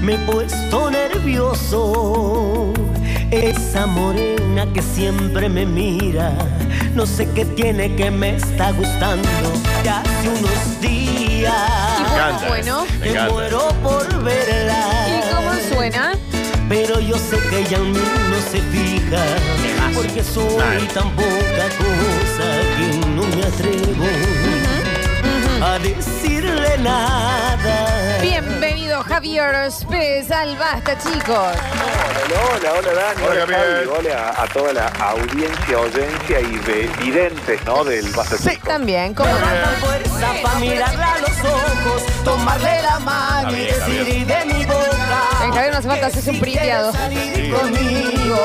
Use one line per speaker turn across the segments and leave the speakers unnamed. me he puesto nervioso. Esa morena que siempre me mira, no sé qué tiene que me está gustando. Ya hace unos días
encanta.
Ah, Bueno,
Me
que
encanta.
muero por verla.
¿y cómo suena?
Pero yo sé que ella en mí no se fija, porque soy
Ay.
tan poca cosa que no me atrevo a decirle nada.
Bienvenido Javier Spez al Basta, chicos.
Hola, hola, hola Dani,
Hola,
hola,
Gabriel.
Javi, hola a toda la audiencia, audiencia y de videntes, ¿no? Del Basta Chico.
También, ¿cómo
Me
no?
falta fuerza para mirarla a los ojos, tomarle la mano y
Está bien, está
decir de mi boca.
En Javier no hace falta
que
hacerse un
si quieres
priviado.
salir
Sí.
conmigo,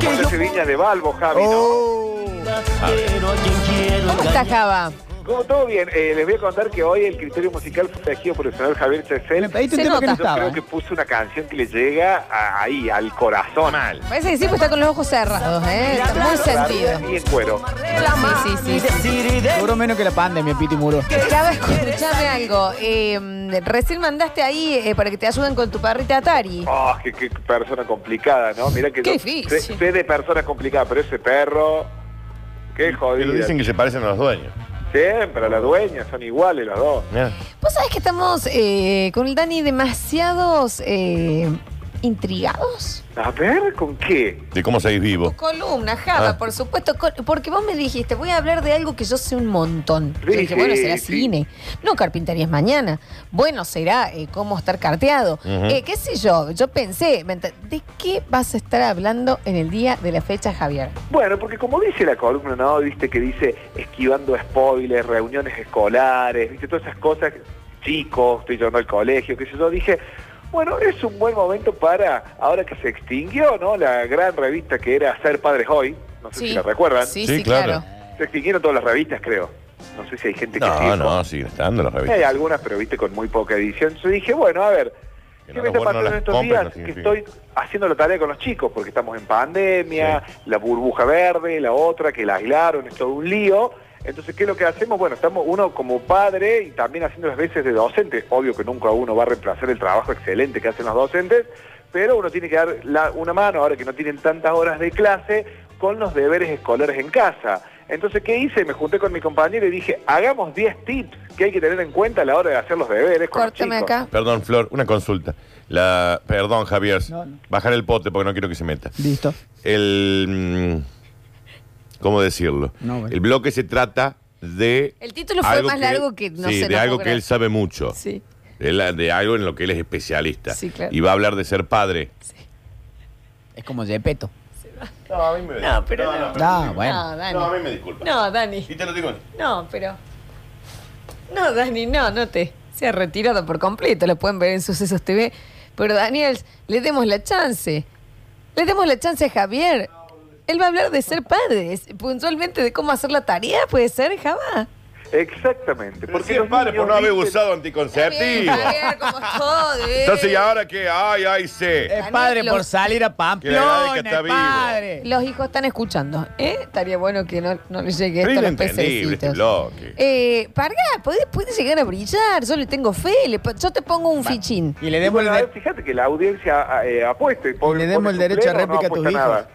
que
Como
yo
ese viña de Balbo, Javi,
Oh.
pueda, pero a quien quiero
¿Cómo está
engañar.
Java?
¿no? Como todo bien, eh, les voy a contar que hoy el criterio musical fue elegido por el señor Javier
Me
Chesel.
pediste
Se
un Este tema que no
nota.
Yo
estaba. ¿eh?
creo que puso una canción que le llega a- ahí, al corazón.
Mal.
Parece que sí, pues está con los ojos cerrados, ¿eh? Está muy sentido.
Y en cuero.
Sí, sí,
Y
sí.
decir de
Seguro menos que la pandemia, Piti Muro.
Java, escuchame algo. Eh, recién mandaste ahí eh, para que te ayuden con tu parrita Atari.
Oh, qué, qué persona complicada, ¿no? Mira que
Qué
yo
difícil.
sé, sé de personas complicadas, pero ese perro, qué
Pero
jodido.
dicen que se parecen a los dueños.
Siempre, a la dueña, son iguales los dos.
Mirá.
Vos sabés que estamos eh, con el Dani demasiados eh, intrigados.
A ver, ¿con qué?
¿De cómo seguís vivo?
Columna, Java,
Ah.
por supuesto, con- porque vos me dijiste, voy a hablar de algo que yo sé un montón. Yo
Sí,
dije, bueno,
sí,
será
sí.
cine, no carpinterías mañana, bueno, será eh, cómo estar carteado,
Ujú.
Eh, qué sé yo, yo pensé, ¿me ent- ¿de qué vas a estar hablando en el día de la fecha, Javier?
Bueno, porque como dice la columna, ¿no? Viste que dice esquivando spoilers, reuniones escolares, viste todas esas cosas, chicos, estoy llevando al colegio, qué sé yo, dije, bueno, es un buen momento para, ahora que se extinguió, ¿no? La gran revista que era Ser Padres Hoy, no sé si la recuerdan,
Sí,
Sí,
sí, claro.
claro.
se extinguieron todas las revistas, creo. No sé si hay gente que sigue
No,
con-
no, siguen estando las
Hay
revistas.
algunas, pero viste con muy poca edición. Yo dije, bueno, a ver,
Que
¿qué
no
me
las
está
guarden,
pasando
no
en
las
estos
compren,
días?
no
que
significa.
estoy haciendo la tarea con los chicos, porque estamos en pandemia, la burbuja verde, la otra, que la aislaron, es todo un lío. Entonces, ¿qué es lo que hacemos? Bueno, estamos uno como padre y también haciendo las veces de docente. Obvio que nunca uno va a reemplazar el trabajo excelente que hacen los docentes, pero uno tiene que dar la- una mano, ahora que no tienen tantas horas de clase, con los deberes escolares en casa. Entonces, ¿qué hice? Me junté con mi compañero y dije, hagamos 10 tips que hay que tener en cuenta a la hora de hacer los deberes con los
Córtame
chicos".
acá.
Perdón, Flor, una consulta. La, perdón, Javier.
No, no.
Bajar el pote porque no quiero que se meta.
Listo.
El. mm, ¿Cómo decirlo?
No, bueno.
El bloque se trata de.
El título fue
algo
más largo que no
sí,
sé,
de
no
algo
puedo
que él
creer.
sabe mucho.
Sí.
De, la- de algo en lo que él es especialista.
Sí, claro.
Y va a hablar de ser padre.
Es como Gepetto.
No, a mí me
No, pero no.
No, Ah, bueno.
No, Dani.
No, a mí me disculpa.
No, Dani.
Y te lo digo.
No, pero. No, Dani, no, no te. Se ha retirado por completo, lo pueden ver en Sucesos TV. Pero Daniel, le demos la chance. Le demos la chance a Javier. Él va a hablar de ser padres, puntualmente de cómo hacer la tarea, puede ser, Java.
Exactamente.
Porque
Porque
si es
los
padre
niños
por no haber
dicen-
usado anticonceptivo.
como todo.
Entonces, ¿y ahora qué? Ay, ay, sé.
Es padre
Daniel,
por
lo-
salir a
Que le agrade que
Pamplona,
está
es
vivo.
padre.
Los hijos están escuchando, ¿eh? Estaría bueno que no, no les llegue
Pero
esto a los
inentendible este
pececitos.
bloque.
Eh, pará, puede, puede llegar a brillar, yo le tengo fe, le po- yo te pongo un fichín.
Y le
Y
demos
bueno,
el,
a ver,
eh.
de-
fíjate que la audiencia eh, apuesta. Y pone-
le demos
pone
el
su
derecho a
pleno,
réplica a
apuesta
tus hijos.
nada.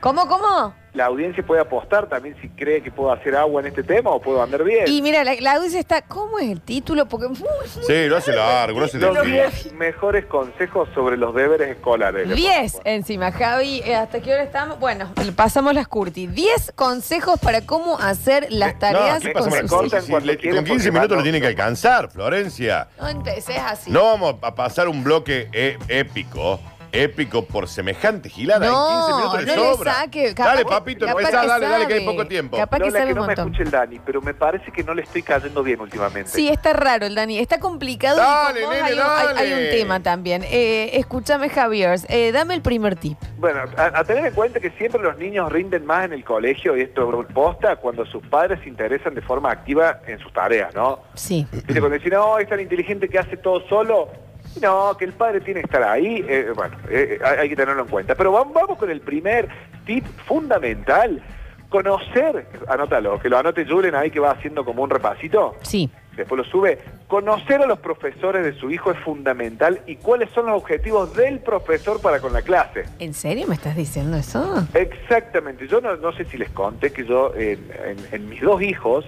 ¿Cómo, cómo?
La audiencia puede apostar también si cree que puedo hacer agua en este tema o puedo andar bien.
Y mira, la, la audiencia está, ¿cómo es el título? Porque muy, muy-
Sí, lo hace largo, lo hace
los
difícil.
10 mejores consejos sobre los deberes escolares.
10 encima, Javi, eh, ¿hasta qué hora estamos? Bueno, le pasamos las curti. 10 consejos para cómo hacer las
Eh, No,
tareas
¿qué
¿qué
con
pasa
pasamos
con
la
sus
corta?
hijos.
cortan cuando quieren
Con 15
porque
minutos
van
lo tiene que
dos.
alcanzar, Florencia.
No empeces así.
No vamos a pasar un bloque e- épico épico por semejante gilada.
No,
en 15 minutos le
no le
sobra.
saque.
dale, papito,
capaz
empezá,
que
dale, dale, que hay
sabe.
poco tiempo.
Capaz que
Lola,
sale
que
un
no me
montón.
escuche el Dani, pero me parece que no le estoy cayendo bien últimamente.
Sí, está raro el Dani, está complicado. y con
Dale,
vos
nene,
hay, un, hay-
dale.
hay un tema también. Eh, escúchame, Javier, eh, dame el primer tip.
Bueno, a, a tener en cuenta que siempre los niños rinden más en el colegio, y esto es posta, cuando sus padres se interesan de forma activa en sus tareas, ¿no?
Sí.
Viste, cuando dicen, no, es tan inteligente que hace todo solo. No, que el padre tiene que estar ahí. eh, bueno, eh, hay hay que tenerlo en cuenta. Pero vam- vamos con el primer tip fundamental. Conocer, anótalo, que lo anote Julen ahí que va haciendo como un repasito.
Sí.
Después lo sube. Conocer a los profesores de su hijo es fundamental y cuáles son los objetivos del profesor para con la clase.
¿En serio me estás diciendo eso?
Exactamente. Yo no, no sé si les conté que yo, en, en- en mis dos hijos,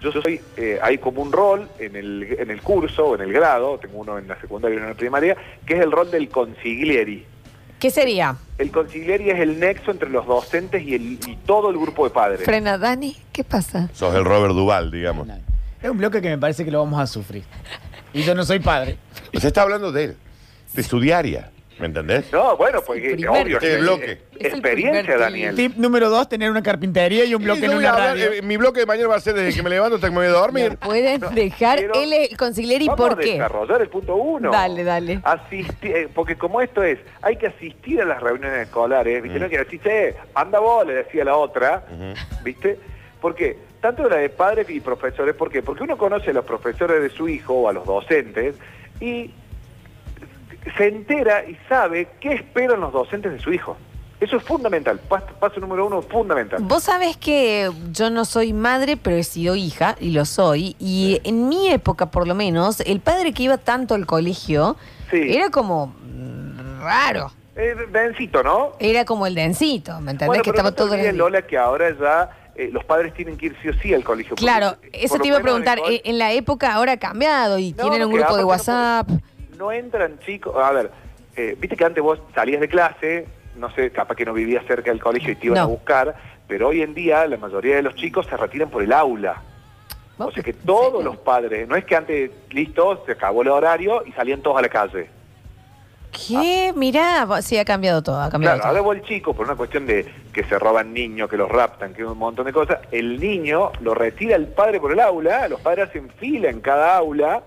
yo soy, eh, hay como un rol en el, en el curso o en el grado, tengo uno en la secundaria y uno en la primaria, que es el rol del consiglieri.
¿Qué sería?
El consiglieri es el nexo entre los docentes y, el- y todo el grupo de padres.
Frena, Dani, ¿qué pasa?
Sos el Robert Duval, digamos.
Es un bloque que me parece que lo vamos a sufrir. Y yo no soy padre.
O sea, está hablando de él, de su diaria. ¿Me entendés?
No, bueno,
Es
pues
el
eh,
primer
obvio.
tip.
eh,
El bloque.
eh,
Es el
Experiencia,
primer
Daniel.
Tip número dos, tener una carpintería y un bloque
Y yo
en
voy
una
a hablar,
radio.
eh, mi bloque de mañana va a ser desde que me levanto hasta que me voy a dormir.
Pueden dejar
pero-
él es el consigliere y
Vamos
por
a
qué.
desarrollar el punto uno.
Dale, dale.
Asisti- eh, porque como esto es, hay que asistir a las reuniones escolares, ¿viste? No quiero decir, che, anda vos, le decía la otra, ¿viste? Porque tanto la de padres y profesores, ¿por qué? Porque uno conoce a los profesores de su hijo o a los docentes y se entera y sabe qué esperan los docentes de su hijo. Eso es fundamental. Pas- Paso número uno, fundamental.
Vos sabés que yo no soy madre, pero he sido hija, y lo soy. Y en mi época, por lo menos, el padre que iba tanto al colegio
Sí.
era como mm, raro.
Eh, Bencito, ¿no?
Era como el dencito, ¿me entendés?
Bueno,
que
pero
estaba
no te
todo
olvides,
el
Lola, que ahora ya eh, los padres tienen que ir sí o sí al colegio. porque,
Claro,
eh,
eso
por
te iba
lo
a
menos
preguntar.
en el
En, en la época ahora ha cambiado y
No,
tienen
no,
un
que
grupo de
aparte no
WhatsApp.
podés- No entran chicos, a ver, eh, viste que antes vos salías de clase, no sé, capaz que no vivías cerca del colegio y te iban
No. Mm.
a buscar, pero hoy en día la mayoría de los chicos se retiran por el aula. O sea que todos los padres, no es que antes, listo, se acabó el horario y salían todos a la calle.
¿Qué? Mirá, va- sí, ha cambiado todo, ha cambiado
Claro,
todo.
ahora vos el chico, por una cuestión de que se roban niños, que los raptan, que un montón de cosas, el niño lo retira el padre por el aula, los padres hacen fila en cada aula,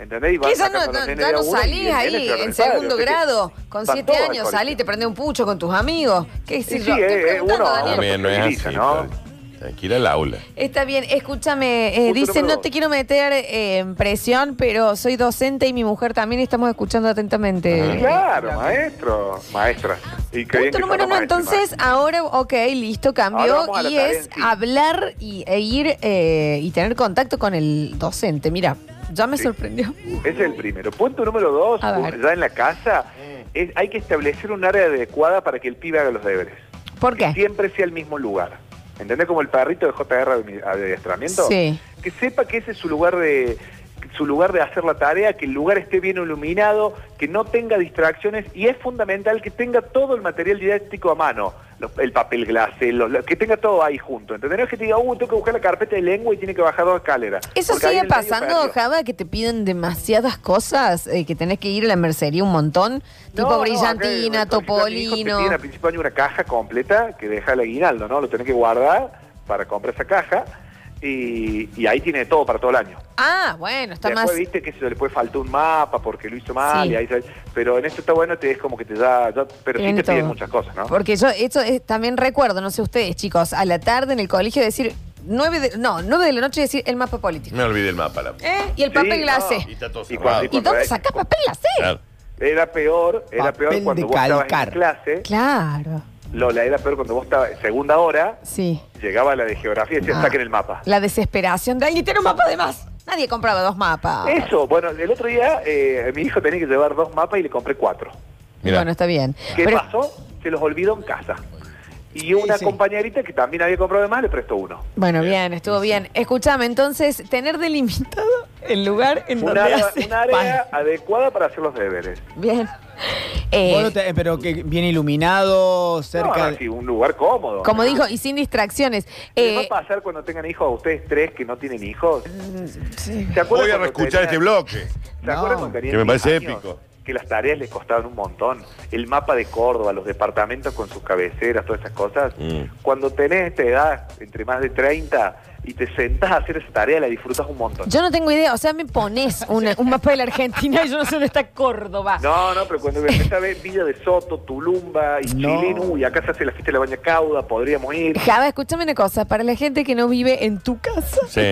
¿entendés? Y van
¿Qué? Ya no,
sacando a los
no-
nenes
ya
de
no
a uno y
salís
el nene
ahí
se va
en
al padre,
segundo
o sea que
grado, con
van
siete
todos al
años
colegio.
salís, te prendés un pucho con tus amigos. ¿Qué sé
sí,
yo? Estoy
eh, eh,
preguntando,
uno-
Daniel.
También no es así.
¿no?
Flor. Tranquila el aula.
Está bien, escúchame, eh,
Punto
dice,
número
no te
dos.
quiero meter eh, en presión, pero soy docente y mi mujer también y estamos escuchando atentamente.
Ah, Claro, maestro, maestra. Y qué bien
Punto número
que son los
uno,
maestros,
entonces,
maestras.
ahora, ok, listo, cambió.
Ahora vamos a la
Y
tarea
es
en sí.
hablar y, e ir eh, y tener contacto con el docente. Mira, ya me sorprendió.
Ese es el primero. Punto número dos,
A ver.
ya en la casa, es, hay que establecer un área adecuada para que el pibe haga los deberes.
¿Por
Que
qué?
siempre sea el mismo lugar. ¿Entendés? Como el perrito de JR de adiestramiento.
Sí.
Que sepa que ese es su lugar de su lugar de hacer la tarea, que el lugar esté bien iluminado, que no tenga distracciones y es fundamental que tenga todo el material didáctico a mano, Los- el papel glacé, los- lo- que tenga todo ahí junto, ¿entendés? No es que te diga, uh, tengo que buscar la carpeta de lengua y tiene que bajar dos escaleras.
Eso
Porque ahí
sigue
en el medio
pasando,
perdió.
Java, que te piden demasiadas cosas, eh, que tenés que ir a la mercería un montón, tipo
No, no,
brillantina,
acá el- el colegio de mi hijo
topolino.
Te piden al principio de año una caja completa que deja el aguinaldo, ¿no? Lo tenés que guardar para comprar esa caja y, y ahí tiene todo para todo el año.
Ah, bueno, está
Después
más...
viste que se le puede faltar un mapa porque lo hizo mal
Sí.
y ahí se- Pero en esto está bueno, te es como que te da... da- pero sí
Tienen
te piden
todo.
muchas cosas, ¿no?
Porque yo eso es- también recuerdo, no sé ustedes, chicos, a la tarde en el colegio decir, nueve de, no, nueve de la noche decir el mapa político.
Me olvidé el mapa. La...
¿Eh? Y el
Sí,
papel
no.
glacé.
Y está todo
Y cuando-
cerrado.
y
¿Y
cuando
dónde
hay-
sacás papel glacé?
Claro.
Era peor, era
Papel
peor cuando
de
vos estabas
calcar.
en clase.
Claro,
Lola, era peor cuando vos estabas en segunda hora,
sí.
llegaba la de geografía y decía,
Ah.
saquen el mapa.
La desesperación de alguien tiene un mapa de más. Nadie compraba dos mapas.
Eso, bueno, el otro día eh, mi hijo tenía que llevar dos mapas y le compré cuatro.
Mirá.
Bueno, está bien.
¿Qué
Pero-
pasó? Se los olvidó en casa. Y una
sí.
compañerita que también había comprado de más le prestó uno.
Bueno, bien, estuvo bien. Escuchame, entonces, tener delimitado el lugar en
Un
donde
área,
haces
un área
pan.
adecuada para hacer los deberes.
Bien. Eh,
Vos no te- pero que bien iluminado,
No,
cerca.
así,
de-
un lugar cómodo.
como dijo, y sin distracciones.
¿Qué va
Eh,
a pasar cuando tengan hijos a ustedes tres que no tienen hijos?
sí.
¿Se acuerdan
Voy a
cuando
reescuchar
tenían-
este bloque.
¿Se acuerdan
No.
cuando tenían
Que me parece
10 años?
épico.
Que que las tareas les costaban un montón. El mapa de Córdoba, los departamentos con sus cabeceras, todas esas cosas.
Mm.
Cuando tenés esta edad, entre más de 30, y te sentás a hacer esa tarea, la disfrutas un montón.
Yo no tengo idea, o sea, me pones una- un mapa de la Argentina y yo no sé dónde está Córdoba.
No, no, pero cuando empecé a ver Villa de Soto, Tulumba y
No.
Chilín, uy, acá se hace la fiesta de la Baña Cauda, podríamos ir.
Java, escúchame una cosa, para la gente que no vive en tu casa
Sí.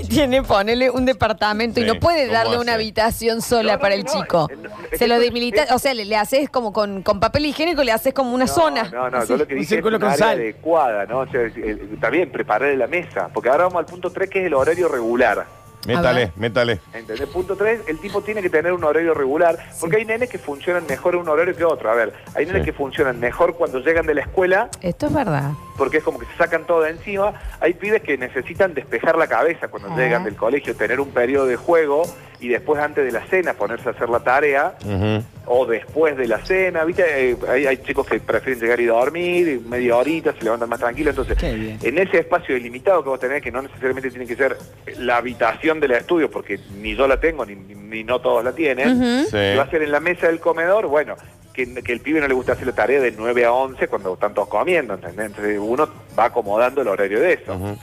y tiene, ponele un departamento y
Sí,
no puede
¿cómo
darle
hace?
una habitación sola
No, no,
para
no,
el
no,
chico.
eh, no,
Se
eh,
lo
eh,
debilita, o sea, le, le haces como con, con papel higiénico, le haces como una zona.
No, no,
Así.
yo lo que
Un
dije es
círculo
un
con
área
sal.
adecuada, ¿no? O sea, es- el- está bien, preparar la mesa, porque ahora vamos al punto 3, que es el horario regular.
Métale, métale.
¿Entendés? Punto 3, el tipo tiene que tener un horario regular, porque hay nenes que funcionan mejor en un horario que otro. A ver, hay nenes
Sí.
que funcionan mejor cuando llegan de la escuela,
Esto es verdad.
porque es como que se sacan todo de encima. Hay pibes que necesitan despejar la cabeza cuando
Ah.
llegan del colegio, tener un periodo de juego y después antes de la cena ponerse a hacer la tarea
Ujú.
o después de la cena, ¿viste? Eh, hay, hay chicos que prefieren llegar y dormir, y media horita, se levantan más tranquilos. Entonces,
Qué bien.
en ese espacio delimitado que vos tenés, que no necesariamente tiene que ser la habitación del estudio, porque ni yo la tengo, ni, ni- ni no todos la tienen,
Ujú.
lo
Sí.
hacen en la mesa del comedor, bueno, que, que el pibe no le gusta hacer la tarea de 9 a 11 cuando están todos comiendo, ¿entendés? Entonces, uno va acomodando el horario de eso.
Ujú.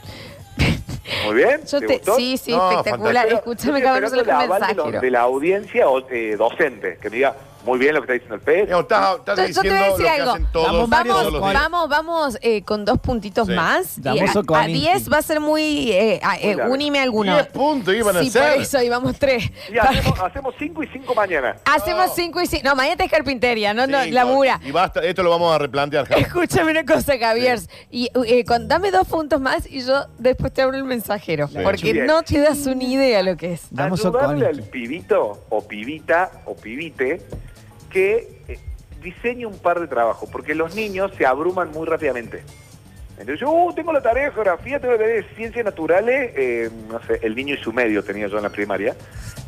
Muy bien,
Yo te-
gustó?
sí, sí,
No,
espectacular.
Pero
Escúchame,
estoy
cabrón, no se lo
esperando
que
el aval de,
mensajero.
los- de la audiencia o- eh, docente, que me diga muy bien lo que está diciendo el pez.
No, estás, estás
Yo- yo te voy
diciendo
a decir
lo que
algo.
hacen todos,
Vamos, varios
Vamos,
todos los días.
vamos, vamos eh, con dos puntitos
Sí.
más.
Vamos
Y a- a
con
10
Inti.
va a ser muy. eh, a- eh,
Muy largo.
unime alguno.
10 puntos iban a
sí,
ser.
Por eso íbamos tres.
Y hacemos, hacemos cinco y cinco mañana.
Hacemos cinco y cinco. No, mañana es carpintería, no, no,
Sí,
labura.
Y basta, esto lo vamos a replantear, Javi.
Escúchame una cosa, Javier. Y eh, con- dame dos puntos más y yo después te abro el mensajero. Porque
Bien.
no te das una idea lo que es.
Vamos a
Ayudarle al
Connie.
pibito o pibita o pibite que eh, diseñe un par de trabajos, porque los niños se abruman muy rápidamente. Entonces yo, "Uh, tengo la tarea de geografía, tengo la tarea de ciencias naturales, eh, no sé, el niño y su medio tenía yo en la primaria,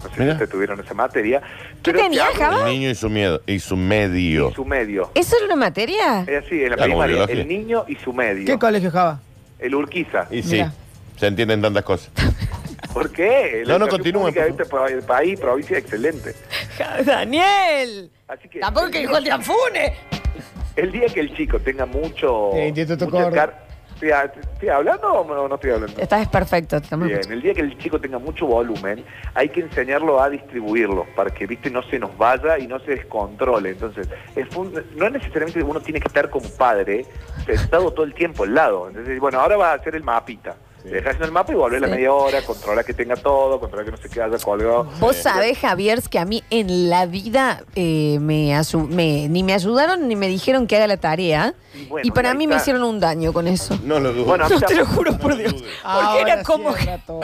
no sé si
Mira.
ustedes tuvieron esa materia.
¿Qué
pero se
tenía,
abruman
Java?
El niño y su miedo, y su
y
medio.
su medio.
¿Eso era una materia?
Es así, en la
Ah, como
primaria,
biología.
el niño y su
¿Qué
medio.
colegio Java?
El Urquiza.
Y sí,
Mira.
se entienden tantas cosas.
¿Por qué?
No, no,
educación
continúa,
pública de
por
este pa- país, provincia, excelente.
¡Daniel!
Así que
Tampoco que dijo el Anfune.
El día que el chico tenga mucho.
El Instituto
mucha
Córdoba.
car- ¿Estoy, a- estoy hablando o no, no estoy hablando?
Estás perfecto. estamos
Bien,
escuchando.
el día que el chico tenga mucho volumen, hay que enseñarlo a distribuirlo para que, viste, no se nos vaya y no se descontrole. Entonces, es fun- no necesariamente uno tiene que estar como padre sentado todo el tiempo al lado. Entonces, bueno, ahora vas a hacer el mapita. Le dejas haciendo el mapa y volvés la
Sí.
media hora, controla que tenga todo, controla que no se quede haya colgado.
Vos sabés, Javier, que a mí en la vida eh, me, asu- me- ni me ayudaron ni me dijeron que haga la tarea.
Y bueno,
y para
ahí
mí me
está.
hicieron un daño con eso.
No lo dudo.
Bueno, a mí
No te lo
tampoco.
juro por
No
Dios.
dudes.
Porque era
Ahora
como
sí,
que.
era todo.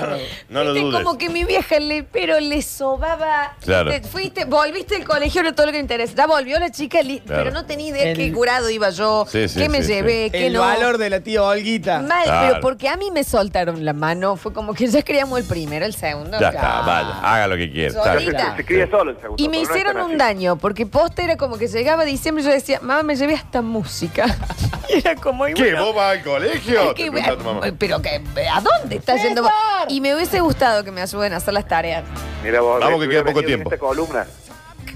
no lo
Viste,
dudes.
como que mi vieja le, pero le sobaba.
Claro.
Te fuiste, volviste al colegio, era todo lo que me interesa. Ya volvió la chica, li-
Claro.
pero no tenía idea
El-
qué curado iba yo,
Sí, sí,
qué me
sí,
llevé, qué
El
no.
valor de la tía Olguita.
Mal,
Claro.
pero porque a mí me soltaron la mano, fue como que ya queríamos el primero, el segundo.
Ya
ya.
está, Ah, vaya, haga lo que quiera. está bien.
Solita.
Se cría solo el segundo.
Y me
pero no es
hicieron
tan
un
así.
daño, porque posta era como que llegaba diciembre y yo decía, mamá, me llevé hasta música. Y era como, y
¿Qué?
bueno,
¿Vos vas al colegio?
es que-
Te preguntaba tu mamá.
pero que, ¿a dónde estás yendo? vos? Y me hubiese gustado que me ayuden a hacer las tareas.
Mira vos,
Vamos, que
hubiera
queda poco
venido bien
tiempo.
Esta columna.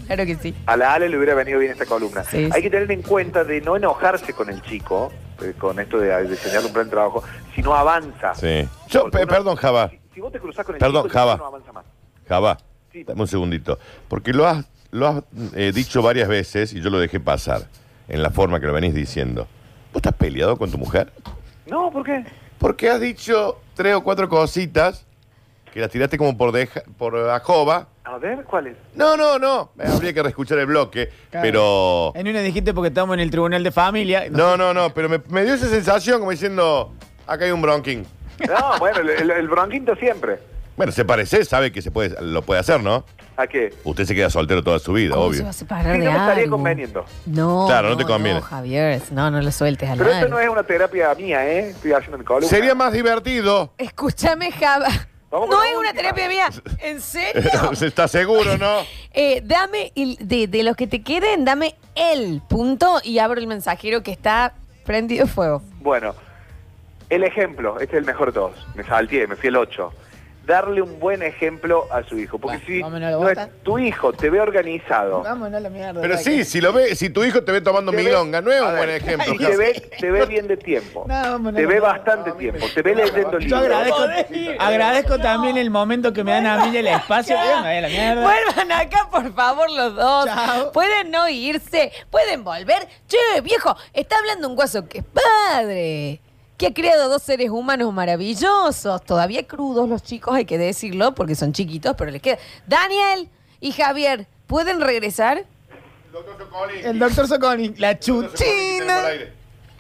Claro que sí.
A la Ale le hubiera venido bien esta columna.
Sí, sí.
Hay que tener en cuenta de no enojarse con el chico, eh, con esto de diseñar un plan de trabajo, si no avanza.
Sí. Yo,
Porque
pe-
uno-
perdón, Java.
Si, si vos te cruzás con el
Perdón,
chico, el
Java.
chico no avanza más.
Java,
Sí.
dame un segundito. Porque lo has, lo has eh, dicho varias veces y yo lo dejé pasar en la forma que lo venís diciendo. ¿Vos estás peleado con tu mujer?
No, ¿por qué?
Porque has dicho tres o cuatro cositas que las tiraste como por, deja, por ajoba.
A ver, ¿cuál es?
No, no, no. Eh, Habría que reescuchar el bloque.
Claro.
Pero.
En una dijiste porque estamos en el tribunal de familia.
No, no, no. Pero me, me dio esa sensación como diciendo: acá hay un bronquín.
No, bueno, el, el, el bronquito siempre.
Bueno, se parece, sabe que se puede, lo puede hacer, ¿no?
¿A qué?
Usted se queda soltero toda su vida,
¿Cómo se
obvio.
va a separar
Sí,
de
no me estaría
algo?
conveniendo.
No,
Claro, no te conviene.
No, Javier, no, no lo sueltes al
Pero esto
aire.
no es una terapia mía, ¿eh? Estoy haciendo mi columna.
Sería más divertido.
Escúchame, Java.
Vamos con
no
la
es una
última.
terapia mía. ¿En serio?
Está seguro, ¿no?
Eh, dame, el- de, de los que te queden, dame el punto y abro el mensajero que está prendido fuego.
Bueno, el ejemplo, este es el mejor de todos. Me salteé, me fui el 8. darle un buen ejemplo a su hijo. Porque
Va,
si
vámonos a la
no
bosta.
es tu hijo te ve organizado,
Vámonos a la mierda.
Pero
Dale.
sí, si lo ve, si tu hijo te ve tomando
Te ve-
milonga, no es
a
un
ver,
buen ejemplo.
y te
Carlos.
ve, te ve bien de tiempo.
No, vámonos
te
a la
ve
mierda.
bastante
No, a mí
tiempo.
me-
Te ve leyendo
Yo
libros.
agradezco, agradezco también el momento que me dan a mí el espacio. Yo me voy a la mierda.
Vuelvan acá, por favor, los dos.
Chao.
Pueden no irse, pueden volver. Che, viejo, está hablando un guaso que es padre, que ha creado dos seres humanos maravillosos, todavía crudos los chicos, hay que decirlo, porque son chiquitos, pero les queda. Daniel y Javier, ¿pueden regresar?
El doctor Soconi, la chuchina.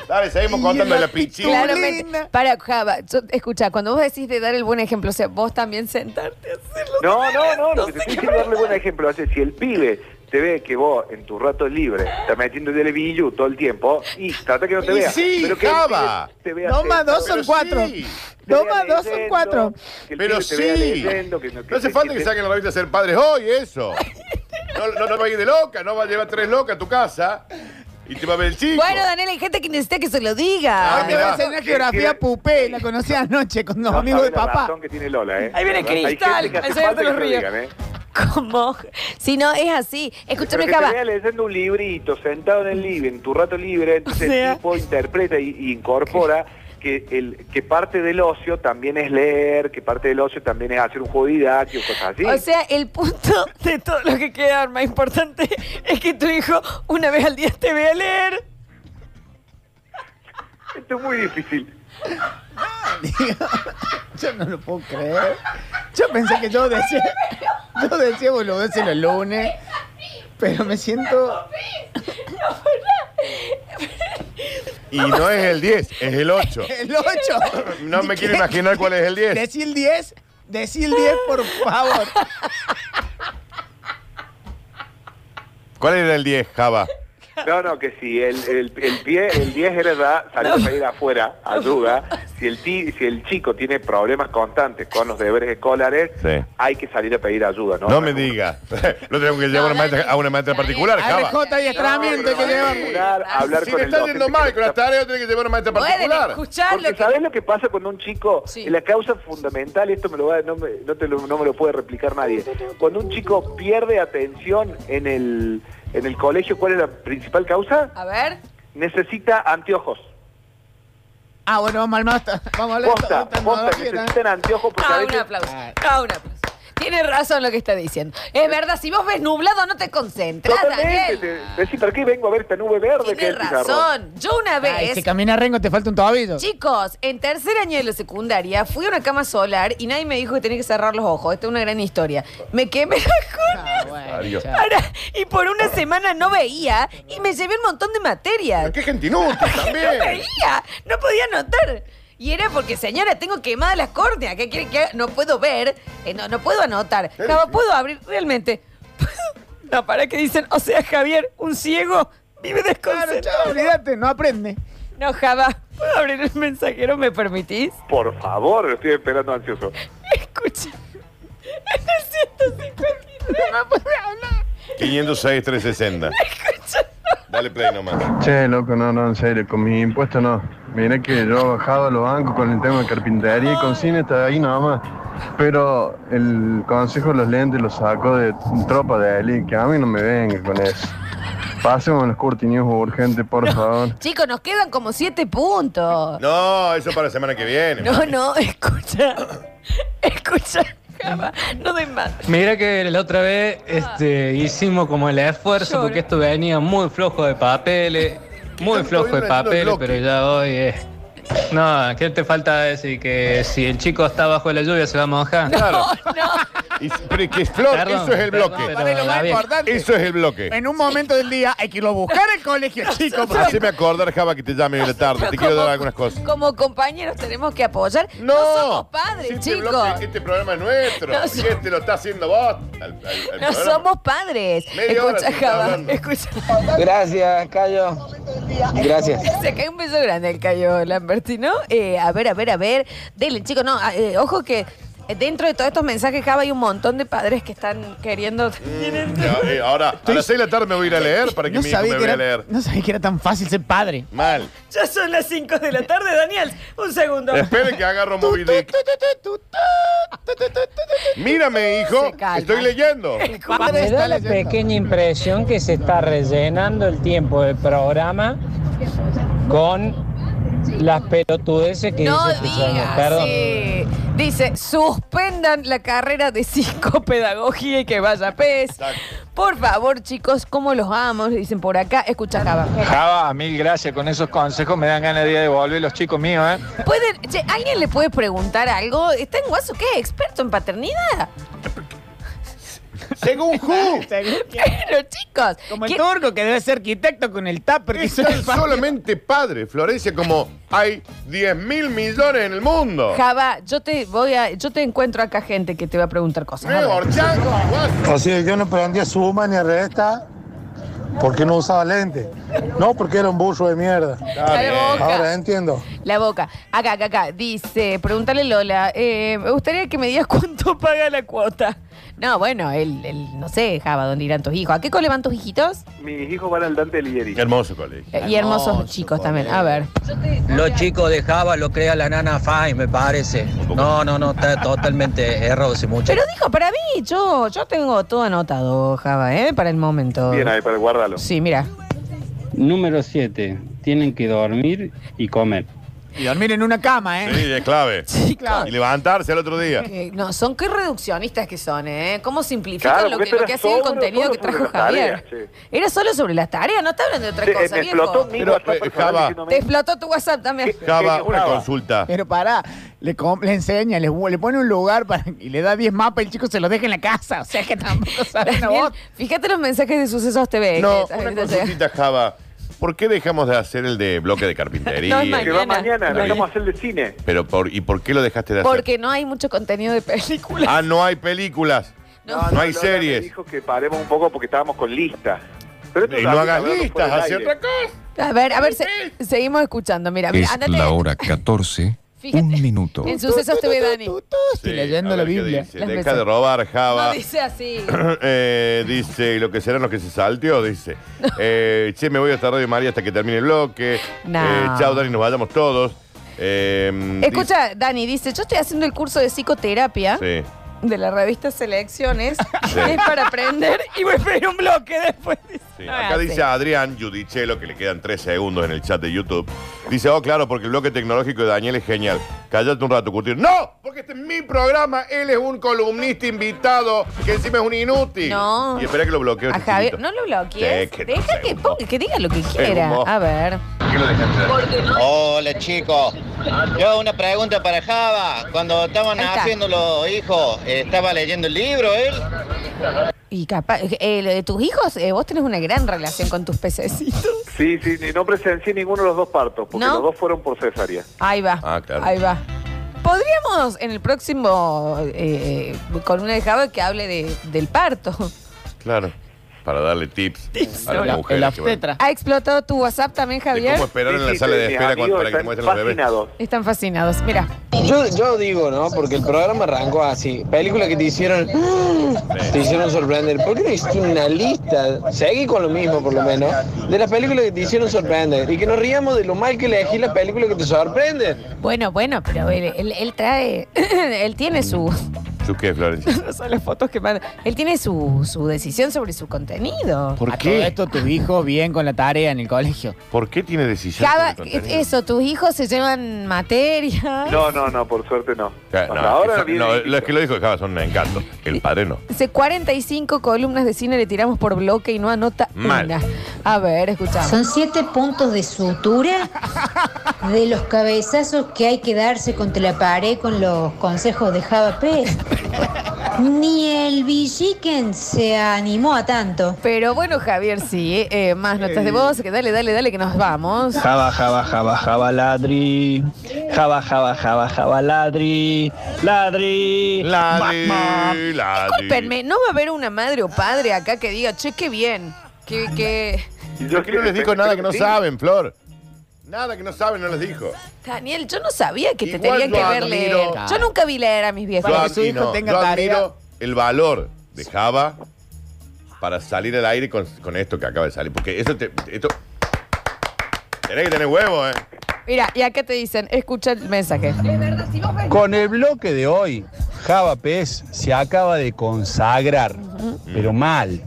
Dale, seguimos
Y
contando
el
la
lapito.
pichina.
linda.
Para, Java, yo- escucha, cuando vos decís de dar el buen ejemplo, o sea, vos también sentarte a hacerlo.
No, no, no, lo que te estoy diciendo es darle buen ejemplo. Hace, si el pibe te ve que vos en tu rato libre estás metiendo el billu todo el tiempo y trata que no te
Y
vea.
sí,
pero que el
Java.
pibe te vea
Dos más
atento,
dos
que
son
Pero
cuatro.
sí.
te
Dos
vea
más dos son
leyendo,
cuatro.
que el
Pero
pibe te vea
sí.
leyendo, que
No hace falta que saquen la revista a ser padres hoy, eso. No, no, no va a ir de loca, no va a llevar tres locas a tu casa y te va a ver el chico.
Bueno, Daniel, hay gente que necesita que se lo diga.
Ah,
Ah, te voy a
mirá.
hacer una geografía pupé, la conocí anoche con los
No
amigos de
sabe la
papá.
razón que tiene Lola, ¿eh?
Ahí viene
Hay gente
Cristal,
que hace
el señor
falta
de los
que se
ríos.
digan, ¿eh?
¿Cómo? Si no, es así.
Pero
Escúchame,
que te
Java.
vea leyendo un librito, sentado en el living, tu rato libre, entonces
sea.
el tipo interpreta y, y incorpora que el que parte del ocio también es leer, que parte del ocio también es hacer un juego didáctico, cosas así.
O sea, el punto de todo lo que queda más importante es que tu hijo una vez al día te vea leer.
Esto es muy difícil.
Yo no lo puedo creer. Yo pensé que yo decía, yo decía boludeces los lunes, pero me siento...
Y no es el 10, es el 8.
El 8.
No me quiero imaginar cuál es el 10.
Decí el 10, decí el 10, por favor.
¿Cuál era el 10, Java?
No, no, que si el, el, el pie, el 10 era edad, salió a salir afuera, ayuda. Si el, ti- si el chico tiene problemas constantes con los deberes escolares,
Sí.
hay que salir a pedir ayuda, ¿no?
No me digas. Lo tenemos que llevar a una maestra- a una maestra particular, Java.
RJ y adiestramiento que
No, pero
llevan.
hay hablar- hablar
Ah, Si
con
le
el
está
docente
yendo
que
mal
le
con las
está-
tareas, tiene que llevar a una maestra
Pueden
particular.
escuchar lo
Porque
que...
¿sabés lo que pasa cuando un chico,
Sí.
la causa fundamental, esto me lo va, no, me, no, te lo, no me lo puede replicar nadie, cuando un chico pierde atención en el, en el colegio, ¿cuál es la principal causa?
Ah.
A ver.
Necesita anteojos.
Ah, bueno, vamos al master. Vamos a hablar de
Posta, posta,
esta tecnología también.
necesitan anteojos porque a
No, ah, un
veces-
aplauso. No, un aplauso. Tiene razón lo que está diciendo. Es verdad, si vos ves nublado no te concentras,
Totalmente,
Daniel.
te- decís, ¿para qué vengo a ver esta nube verde que
Tiene
es el pizarrón?
razón. Yo una
Ay,
vez...
si camina Rengo te falta un tobillo.
Chicos, en tercer año de la secundaria fui a una cama solar y nadie me dijo que tenía que cerrar los ojos. Esta es una gran historia. Me quemé las
Ah,
córneas.
bueno, ya.
Ahora, y por una semana no veía y me llevé un montón de materias.
Pero Qué gente inútil
No
también.
veía, no podía anotar. Y era porque, señora, tengo quemadas las córneas. ¿Qué quiere que haga? No puedo ver, eh, no, no puedo anotar. No puedo abrir realmente. No, para que dicen, o sea, Javier, un ciego vive
Claro,
desconcentrado.
chao, olvídate, no aprende.
No, Java, ¿puedo abrir el mensajero? ¿Me permitís?
Por favor, lo estoy esperando ansioso.
Escucha. En el 153. No puede hablar.
506, 360.
Escucha.
Dale play nomás.
Che, loco, no, no, en serio, con mis impuestos no. Mirá que yo he bajado a los bancos con el tema de carpintería y con cine está ahí nomás. Pero el consejo de los lentes lo saco de tropa de élite, que a mí no me venga con eso. Pasemos los cortinios urgente, por favor.
Chicos, nos quedan como siete puntos.
No, eso para la semana que viene.
No, no, escucha. Escucha, Java. No doy más.
Mira que la otra vez este, hicimos como el esfuerzo
Lloro.
porque esto venía muy flojo de papeles, muy
tanto
flojo de
vienen haciendo el
papeles,
bloque?
pero ya hoy es... No, ¿qué te falta decir? Que si el chico está bajo la lluvia se va a mojar.
Claro.
No,
Y- pero es que es Flor,
Perdón,
eso es el
perdón,
bloque.
pero
Para lo más
está bien.
importante.
Eso es el bloque.
En un momento del día hay que irlo a buscar al colegio, chicos. porque-
Haceme acordar, Java, que te llame en la tarde.
pero
Te quiero
como-
dar algunas cosas.
Como compañeros tenemos que apoyar.
No,
somos padres,
Si este
chicos.
bloque- este programa es nuestro.
No
¿Y
so-
este lo está haciendo vos? al- al- al
No
programa.
somos padres.
Media hora
Escucha,
te estaba
Java.
hablando.
Escucha.
Gracias, Cayo. Gracias.
Se cae un beso grande el Cayo Lambertino. Eh, a ver, a ver, a ver. Dele, chicos, no, ah, eh, ojo que eh, dentro de todos estos mensajes, Java, hay un montón de padres que están queriendo.
Ya, eh, Ahora, a las 6 de la tarde me voy a ir a leer para que
No
mi hijo me
sabía, que
vea
era,
leer.
no sabía que era tan fácil ser padre.
Mal.
Ya son las 5 de la tarde, Daniel. Un segundo.
Esperen que agarro Moby Dick. Mírame, hijo.
Se calma.
Estoy leyendo.
Padre
Me
está
da la
leyendo.
pequeña impresión que se está rellenando el tiempo del programa con las pelotudeces que
No
dice Susana.
digas.
Perdón.
sí. Dice, suspendan la carrera de psicopedagogía y que vaya pez.
Exacto.
Por favor, chicos, como los amo, dicen por acá. Escucha, Java.
Java, mil gracias. Con esos consejos me dan ganas de devolver los chicos míos, ¿eh?
¿Pueden, che, ¿Alguien le puede preguntar algo? ¿Está en Guaso qué? ¿Experto en paternidad?
Según Who.
Pero, chicos.
Como el
¿qué-
turco que debe ser arquitecto con el tap, porque
Es
soy
tan
el padre.
solamente padre, Florencia, como hay 10 mil millones en el mundo.
Java, yo te voy a, yo te encuentro acá gente que te va a preguntar cosas. A
Eh,
ver.
Orchanco, guaso.
O sea, yo no aprendí a suma ni a resta porque no usaba lente. No, porque era un burro de mierda.
Está bien.
Dale, boca.
¿eh?
Ahora entiendo.
La boca. Acá, acá, acá. Dice, pregúntale Lola, eh, me gustaría que me digas cuánto paga la cuota. No, bueno, él, él, no sé, Java, dónde irán tus hijos. ¿A qué cole van tus hijitos?
Mis hijos van al Dante Lieri.
Hermoso colegio.
Eh, y hermosos
Hermoso,
chicos también. A ver.
Los chicos de Java lo crea la nana Fine, me parece. No, no, no, está totalmente errado ese muchacho.
Pero dijo, para mí, yo, yo tengo todo anotado, Java, ¿eh? Para el momento.
Bien ahí, para guardarlo.
Sí, mira.
Número 7. Tienen que dormir y comer.
Y dormir en una cama, ¿eh?
Sí, es clave.
claro.
Y levantarse al otro día.
Eh, no, son qué reduccionistas que son, ¿eh? ¿Cómo simplifican
Claro,
lo
porque
que, lo
esto
que
era
ha sido el
solo-
contenido
solo
que trajo
sobre las
Javier?
tareas,
Era solo sobre las tareas, no está hablando de otra
Sí,
cosa,
eh, me
viejo.
explotó mi
Pero,
WhatsApp
eh,
personal
Java,
diciéndome-
Te explotó tu WhatsApp también.
Java, una
Java.
consulta.
Eh,
Pero pará, le, com- le enseña, le, le pone un lugar para, y le da 10 mapas y el chico se los deja en la casa. O sea que tampoco sabe una
Daniel,
voz.
fíjate los mensajes de sucesos TV.
No,
que-
una
que-
consultita, Java. ¿Por qué dejamos de hacer el de bloque de
No,
carpintería?
es
Que va mañana,
Mañana.
lo vamos a hacer de cine.
Pero por, ¿Y por qué lo dejaste de hacer?
porque no hay mucho contenido de películas.
Ah, no hay películas.
No.
No,
Lola
hay
me
series.
dijo que paremos un poco porque estábamos con listas. Pero esto
Y
lo
no
hablamos
hagas
fuera
listas,
del
hacia
aire.
otra cosa.
Ah,
A ver, a ver, se- seguimos escuchando. Mira, mira, andate.
hora 14,
Fíjate.
minuto.
En sucesos TV, Dani.
Tu, tu, tu, Estoy
Sí,
leyendo
a
la
ver qué
Biblia.
dice.
Las
Deja
veces.
de robar, Java.
No dice así.
Eh, dice, ¿y lo que serán los que se salteó? Dice, eh, che, me voy hasta Radio María hasta que termine el bloque.
No.
Eh, chao, Dani, nos vayamos todos. Eh,
Escucha, Dani dice, yo estoy haciendo el curso de psicoterapia
dice-
de la revista Selecciones.
Sí.
Es para aprender y voy a pedir un bloque después.
sí, sí.
No
Acá
hace.
dice Adrián Judichelo, que le quedan tres segundos en el chat de YouTube. Dice, oh, claro, porque el bloque tecnológico de Daniel es genial. Cállate un rato, Curtir. ¡No! Porque este es mi programa. Él es un columnista invitado que encima es un inútil.
No.
Y espera que lo bloqueo.
A
este
Javier,
chiquito.
no lo bloquees.
Sí, que no
Déjate,
sé,
po-
vos.
que diga lo que quiera.
vos.
A ver.
¿Por qué lo dejaste de hacer?
Hola chicos, yo una pregunta para Java. Cuando estaban
Ahí está.
haciendo los hijos, ¿estaba leyendo el libro él?
Y capaz, eh, lo de tus hijos, eh, vos tenés una gran relación con tus pececitos.
Sí, sí, ni- no presencié ninguno de los dos partos, porque
¿No?
los dos fueron por cesárea.
Ahí va.
Ah, claro.
Ahí va. Podríamos en el próximo eh, con una de Java que hable de- del parto.
Claro. Para darle tips, a las
La-
mujeres.
el
que van-
obstetra.
¿Ha explotado tu WhatsApp también,
De
Javier?
cómo esperar
Sí,
en la
sí,
sala de
mis
espera cuando,
amigos
para que te
están
muestren los bebés.
fascinados.
Están fascinados. Mira,
Yo, yo digo, ¿no? Porque el programa arrancó así. Películas que te hicieron. Te hicieron sorprender. ¿Por qué no hiciste una lista? Seguí con lo mismo, por lo menos. De las películas que te hicieron sorprender. Y que nos riamos de lo mal que elegí las películas que te sorprenden.
bueno, bueno, pero él, él- él trae, él tiene su,
¿Tú qué, Florencia?
no son las fotos que manda, él tiene su, su decisión sobre su contenido.
¿Por
A todo
qué?
esto, tus hijos bien con la tarea en el colegio.
¿Por qué tiene decisión?
Java,
sobre
es-
contenido?
eso, tus hijos se llevan materia.
No, no, no, por suerte no.
O sea, no,
Hasta ahora
eso-
viene
no,
difícil.
lo es que lo dijo Java son un encanto. El padre no.
Hace 45 columnas de cine le tiramos por bloque y no anota
Mal.
una. A ver, escuchamos.
Son siete puntos de sutura de los cabezazos que hay que darse contra la pared con los consejos de Java Pérez. Ni el Villiquen se animó a tanto.
Pero bueno, Javier, sí, eh, más notas de voz, que dale, dale, dale, que nos vamos.
Java, java, java, java, ladri. Java, java, java, java, ladri. Ladri.
Ladri, ladri.
Disculpenme, ¿no va a haber una madre o padre acá que diga, che, qué bien? Que, que...
Y
Yo que no les digo nada que no
Sí.
saben, Flor. Nada que no sabe, no les dijo.
Daniel, yo no sabía que te
Igual
tenían
yo
que ver leer.
admiro-
Yo nunca vi leer a mis viejos.
Yo admiro- yo admiro el valor de Java para salir al aire con, con esto que acaba de salir. Porque eso te. Esto, tenés que tener huevo, ¿eh?
Mira, y acá te dicen, escucha el mensaje.
Con el bloque de hoy, Java Pez se acaba de consagrar, pero mal.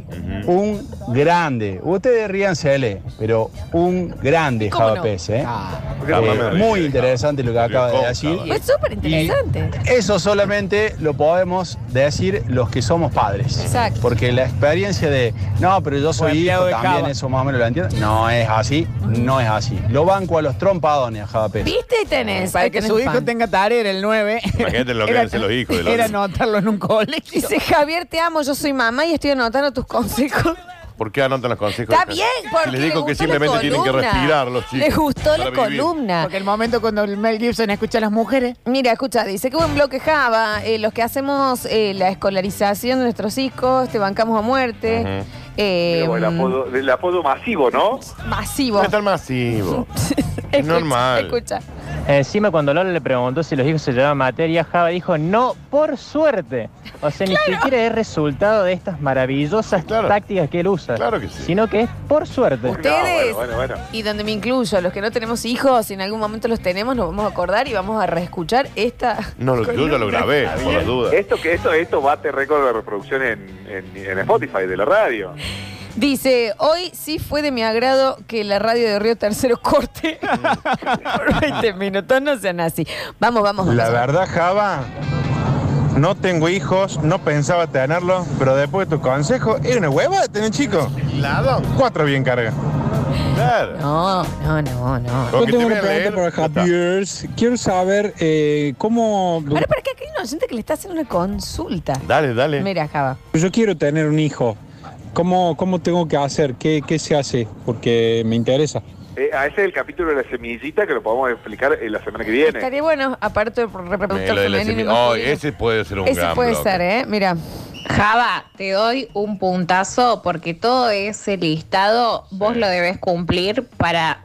Un grande. Ustedes ríansele, pero un grande
¿Cómo
Java
no?
Pez,
Porque
¿eh? Eh,
Ah, Em,
jamás me
muy interesante lo que acaba de decir.
Fue súper interesante.
Eso solamente lo podemos decir los que somos padres.
Exacto.
Porque la experiencia de, no, pero yo
O
soy hijo,
empleado de
también
Java.
eso más o menos lo entiendo. No es así, no es así. Lo banco a los trompadones a Java Pez.
¿Viste? Y tenés.
Para
ahí
que
tenés
su hijo
fan.
tenga tarea era el 9.
Imagínate lo que
Era-
hacen los hijos de los-
Era anotarlo en un colegio.
Dice, Javier, te amo, yo soy mamá y estoy anotando tus consejos.
¿Por qué anotan los consejos?
Está bien, porque
Si les digo
le
que
gustó la
simplemente tienen que
columna.
respirar los chicos.
Les gustó la
para vivir.
columna.
Porque el momento cuando el Mel Gibson escucha a las mujeres.
Mira, escucha, dice que buen bloque Java, eh, los que hacemos eh, la escolarización de nuestros hijos, te bancamos a muerte. Eh, mm,
Mira vos, el, apodo, el apodo masivo, ¿no?
masivo.
tan masivo.
Es
normal.
Escucha.
Encima cuando Lola le preguntó si los hijos se llevaban materia, Java dijo, no, por suerte. O sea, ni siquiera es resultado de estas maravillosas tácticas que él usa. Sino que es por suerte.
Ustedes,
bueno, bueno, bueno.
y donde me incluyo, los que no tenemos hijos, si en algún momento los tenemos, nos vamos a acordar y vamos a reescuchar esta.
No, lo- yo ya lo grabé,
Está
por
bien.
las dudas.
Esto, que esto, esto bate récord de reproducción en, en- en Spotify de la radio.
Dice, hoy sí fue de mi agrado que la radio de Río Tercero corte por 20 minutos, no sean así. Vamos, vamos, vamos.
La verdad, Java, no tengo hijos, no pensaba tenerlos, pero después de tu consejo, era una hueva de tener chicos. Cuatro bien carga.
Claro.
No, no, no, no.
Yo tengo una pregunta para Javier. Quiero saber eh, cómo.
Ahora, ¿para qué? Aquí hay una gente que le está haciendo una consulta.
Dale, dale.
Mira, Java.
Yo quiero tener un hijo. ¿Cómo, cómo tengo que hacer? ¿Qué, ¿Qué se hace? Porque me interesa.
Eh, ah, ese es el capítulo de la semillita que lo podemos explicar eh, la semana que viene.
Estaría bueno, aparte del reproductor
Eh, lo de la
femenino y
semi- Oh,
masculino.
ese puede ser un
Ese
gran
puede
bloque.
ser, ¿eh? Mira.
Java, te doy un puntazo porque todo ese listado vos lo debes cumplir para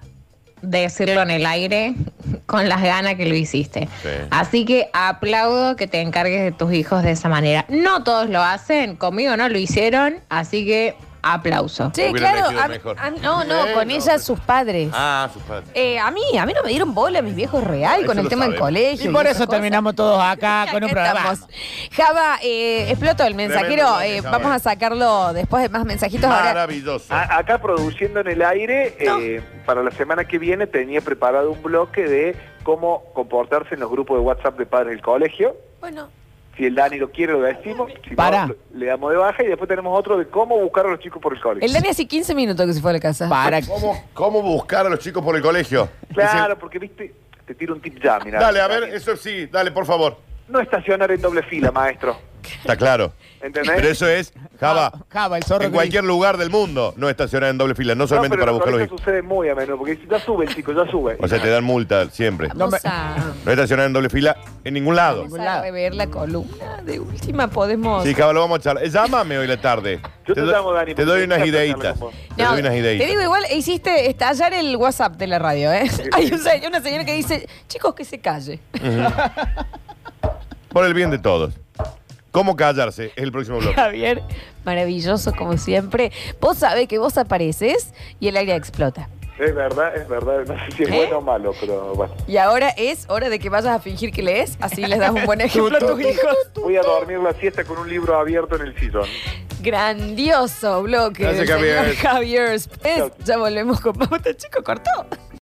decirlo en el aire con las ganas que lo hiciste. Así que aplaudo que te encargues de tus hijos de esa manera. No todos lo hacen, conmigo no lo hicieron, así que aplauso.
Sí, claro. a- a- no, no, con ella sus padres.
pues. Ah, sus padres.
Eh, a mí, a mí no me dieron bola mis viejos real
Eso
con el
lo
tema del
sabemos.
colegio.
Y por
esas
eso
cosas.
terminamos todos acá con un
Acá
programa.
estamos. Java, eh, explotó el mensajero.
Tremendo bloque,
eh,
Java.
vamos a sacarlo después de más mensajitos. Ahora, Ah,
Maravilloso.
A- acá produciendo en el aire, eh, para la semana que viene tenía preparado un bloque de cómo comportarse en los grupos de WhatsApp de padres del colegio.
Bueno.
Si el Dani lo quiere, lo decimos. Si no,
Pará.
lo- le damos de baja y después tenemos otro de cómo buscar a los chicos por el colegio.
el Dani hace 15 minutos que se fue a la casa.
Para.
¿Cómo, cómo buscar a los chicos por el colegio?
Claro, porque viste, te tiro un tip ya, mira.
Dale, a ver, eso sí, dale, por favor.
No estacionar en doble fila, maestro.
Está claro.
¿Eh?
¿Entendés?
Pero eso es, Java,
Java, el zorro.
en
gris.
cualquier lugar del mundo no estacionar en doble fila, no solamente
No, pero
para
en
buscar a los
Florida
hijos.
sucede muy a menudo, porque dice, ya sube el chico, ya sube.
O sea, te dan multa siempre. No,
Vamos a,
estacionar en doble fila en ningún lado.
vamos a rever la columna. De última podemos.
Sí, Java, lo vamos a charlar. Eh, Llámame hoy la tarde.
Yo te
doy-
llamo, Dani,
Te
porque
doy
me
unas
encanta
ideitas.
charlar
Te doy unas
Te
ideitas.
digo igual, hiciste estallar el WhatsApp de la radio, ¿eh? Hay un se- una señora que dice, chicos, que se calle.
Por el bien de todos. ¿Cómo callarse? Es el próximo bloque.
Javier, maravilloso como siempre. Vos sabés que vos apareces y el aire explota.
Es verdad, es verdad. No sé si es
¿Eh?
bueno o malo, pero bueno.
Y ahora es hora de que vayas a fingir que lees, así les das un buen ejemplo a tus hijos.
Voy a dormir la siesta con un libro abierto en el sillón.
Grandioso bloque. del
Gracias,
señor
Javier.
Javier Spez. Ya volvemos con Pauta, chico, cortó.